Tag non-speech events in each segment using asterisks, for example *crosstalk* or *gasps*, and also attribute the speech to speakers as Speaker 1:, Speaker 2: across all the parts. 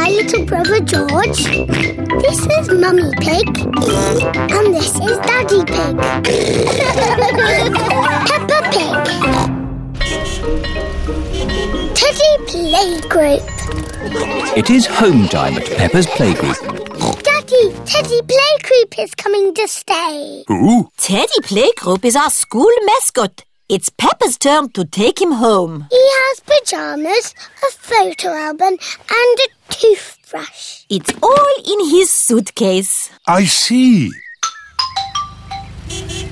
Speaker 1: Brother George. This is Mummy Pig. And this is Daddy Pig. *laughs* Peppa Pig. Teddy Playgroup.
Speaker 2: It is home time at Peppa's Playgroup.
Speaker 1: Daddy, Teddy Playgroup is coming to stay.
Speaker 2: Who?
Speaker 3: Teddy Playgroup is our school mascot. It's Peppa's turn to take him home.
Speaker 1: He has pajamas, a photo album, and a toothbrush.
Speaker 3: It's all in his suitcase.
Speaker 4: I see.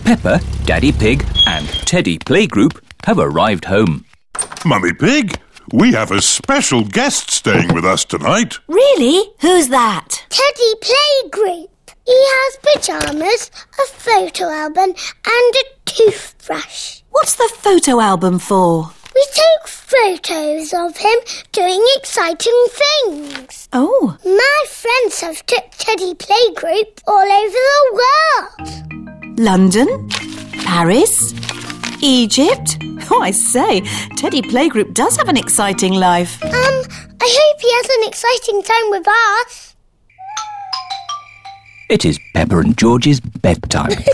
Speaker 2: Peppa, Daddy Pig, and Teddy Playgroup have arrived home.
Speaker 4: Mummy Pig, we have a special guest staying with us tonight.
Speaker 3: Really? Who's that?
Speaker 1: Teddy Playgroup. He has pajamas, a photo album, and a toothbrush.
Speaker 3: What's the photo album for?
Speaker 1: We take photos of him doing exciting things.
Speaker 3: Oh,
Speaker 1: My friends have took Teddy Playgroup all over the world.
Speaker 3: London, Paris, Egypt. Oh, I say, Teddy Playgroup does have an exciting life.
Speaker 1: Um, I hope he has an exciting time with us.
Speaker 2: It is Peppa and George's bedtime.
Speaker 1: Everybody,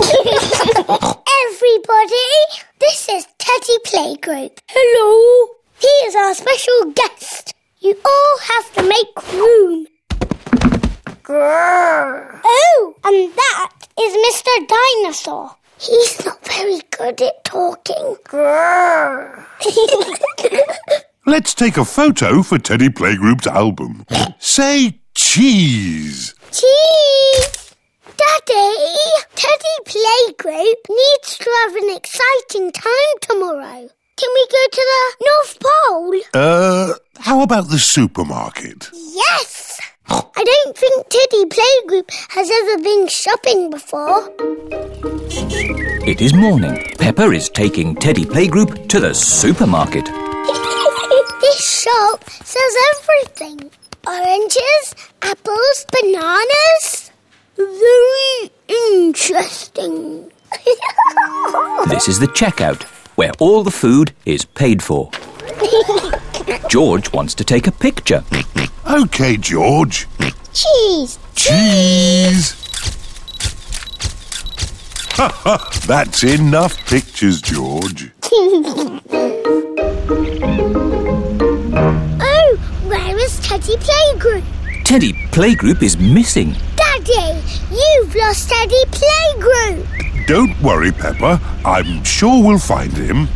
Speaker 1: this is Teddy Playgroup. Hello. He is our special guest. You all have to make room. Oh, and that is Mr. Dinosaur. He's not very good at talking. *laughs*
Speaker 4: Let's take a photo for Teddy Playgroup's album. Say cheese.
Speaker 1: Cheese! Daddy, Teddy Playgroup needs to have an exciting time tomorrow. Can we go to the North Pole?
Speaker 4: Uh, how about the supermarket?
Speaker 1: Yes! I don't think Teddy Playgroup has ever been shopping before. *laughs*
Speaker 2: It is morning. Peppa is taking Teddy Playgroup to the supermarket.
Speaker 1: this shop sells everything oranges, apples, bananas. Very interesting. *laughs*
Speaker 2: This is the checkout, where all the food is paid for. George wants to take a picture.
Speaker 4: Okay, George.
Speaker 1: Cheese!
Speaker 4: Cheese. Ha, ha, That's enough pictures, George.
Speaker 1: *laughs* Oh, where is Teddy Playgroup?
Speaker 2: Teddy Playgroup is missing.
Speaker 1: Daddy, you've lost Teddy Playgroup.
Speaker 4: Don't worry, Pepper. I'm sure we'll find him.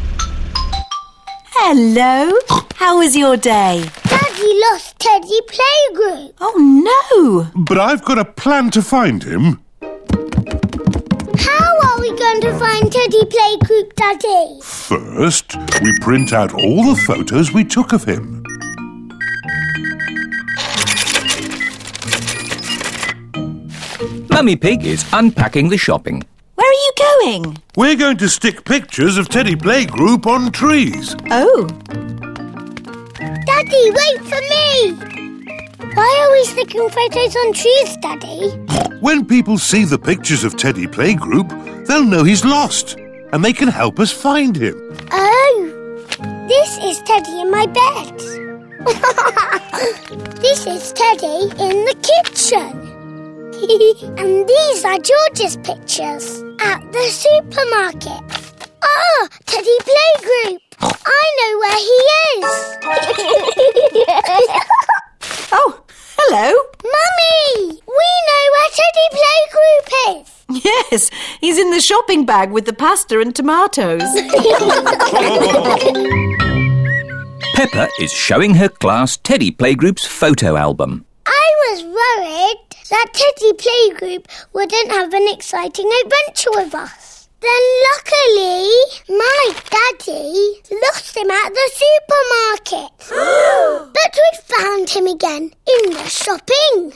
Speaker 3: Hello. How was your day?
Speaker 1: Daddy lost Teddy Playgroup.
Speaker 3: Oh, no.
Speaker 4: But I've got a plan to find him.
Speaker 1: How are we going to find Teddy Playgroup, Daddy?
Speaker 4: First, we print out all the photos we took of him.
Speaker 2: Mummy Pig is unpacking the shopping.
Speaker 3: Where are you going?
Speaker 4: We're going to stick pictures of Teddy Playgroup on trees.
Speaker 3: Oh,
Speaker 1: Daddy, wait for me. Why are we sticking photos on trees, Daddy?
Speaker 4: When people see the pictures of Teddy Playgroup, they'll know he's lost and they can help us find him.
Speaker 1: Oh, this is Teddy in my bed. *laughs* this is Teddy in the kitchen. *laughs* and these are George's pictures at the supermarket. Ah, Teddy Playgroup. I know where he is.
Speaker 3: oh, hello.
Speaker 1: *laughs* Mummy, we know where Teddy Playgroup is.
Speaker 3: Yes, he's in the shopping bag with the pasta and tomatoes.
Speaker 1: *laughs*
Speaker 2: Peppa is showing her class Teddy Playgroup's photo album.
Speaker 1: I was worried that Teddy Playgroup wouldn't have an exciting adventure with us. Then luckily, my daddy lost him at the supermarket. *gasps* but we found him again in the shopping.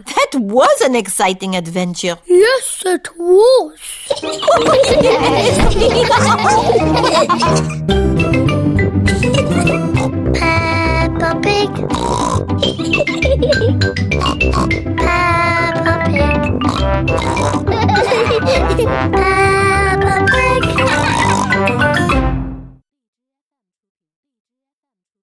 Speaker 3: *laughs* that was an exciting adventure.
Speaker 1: Yes, it was. Peppa Pig.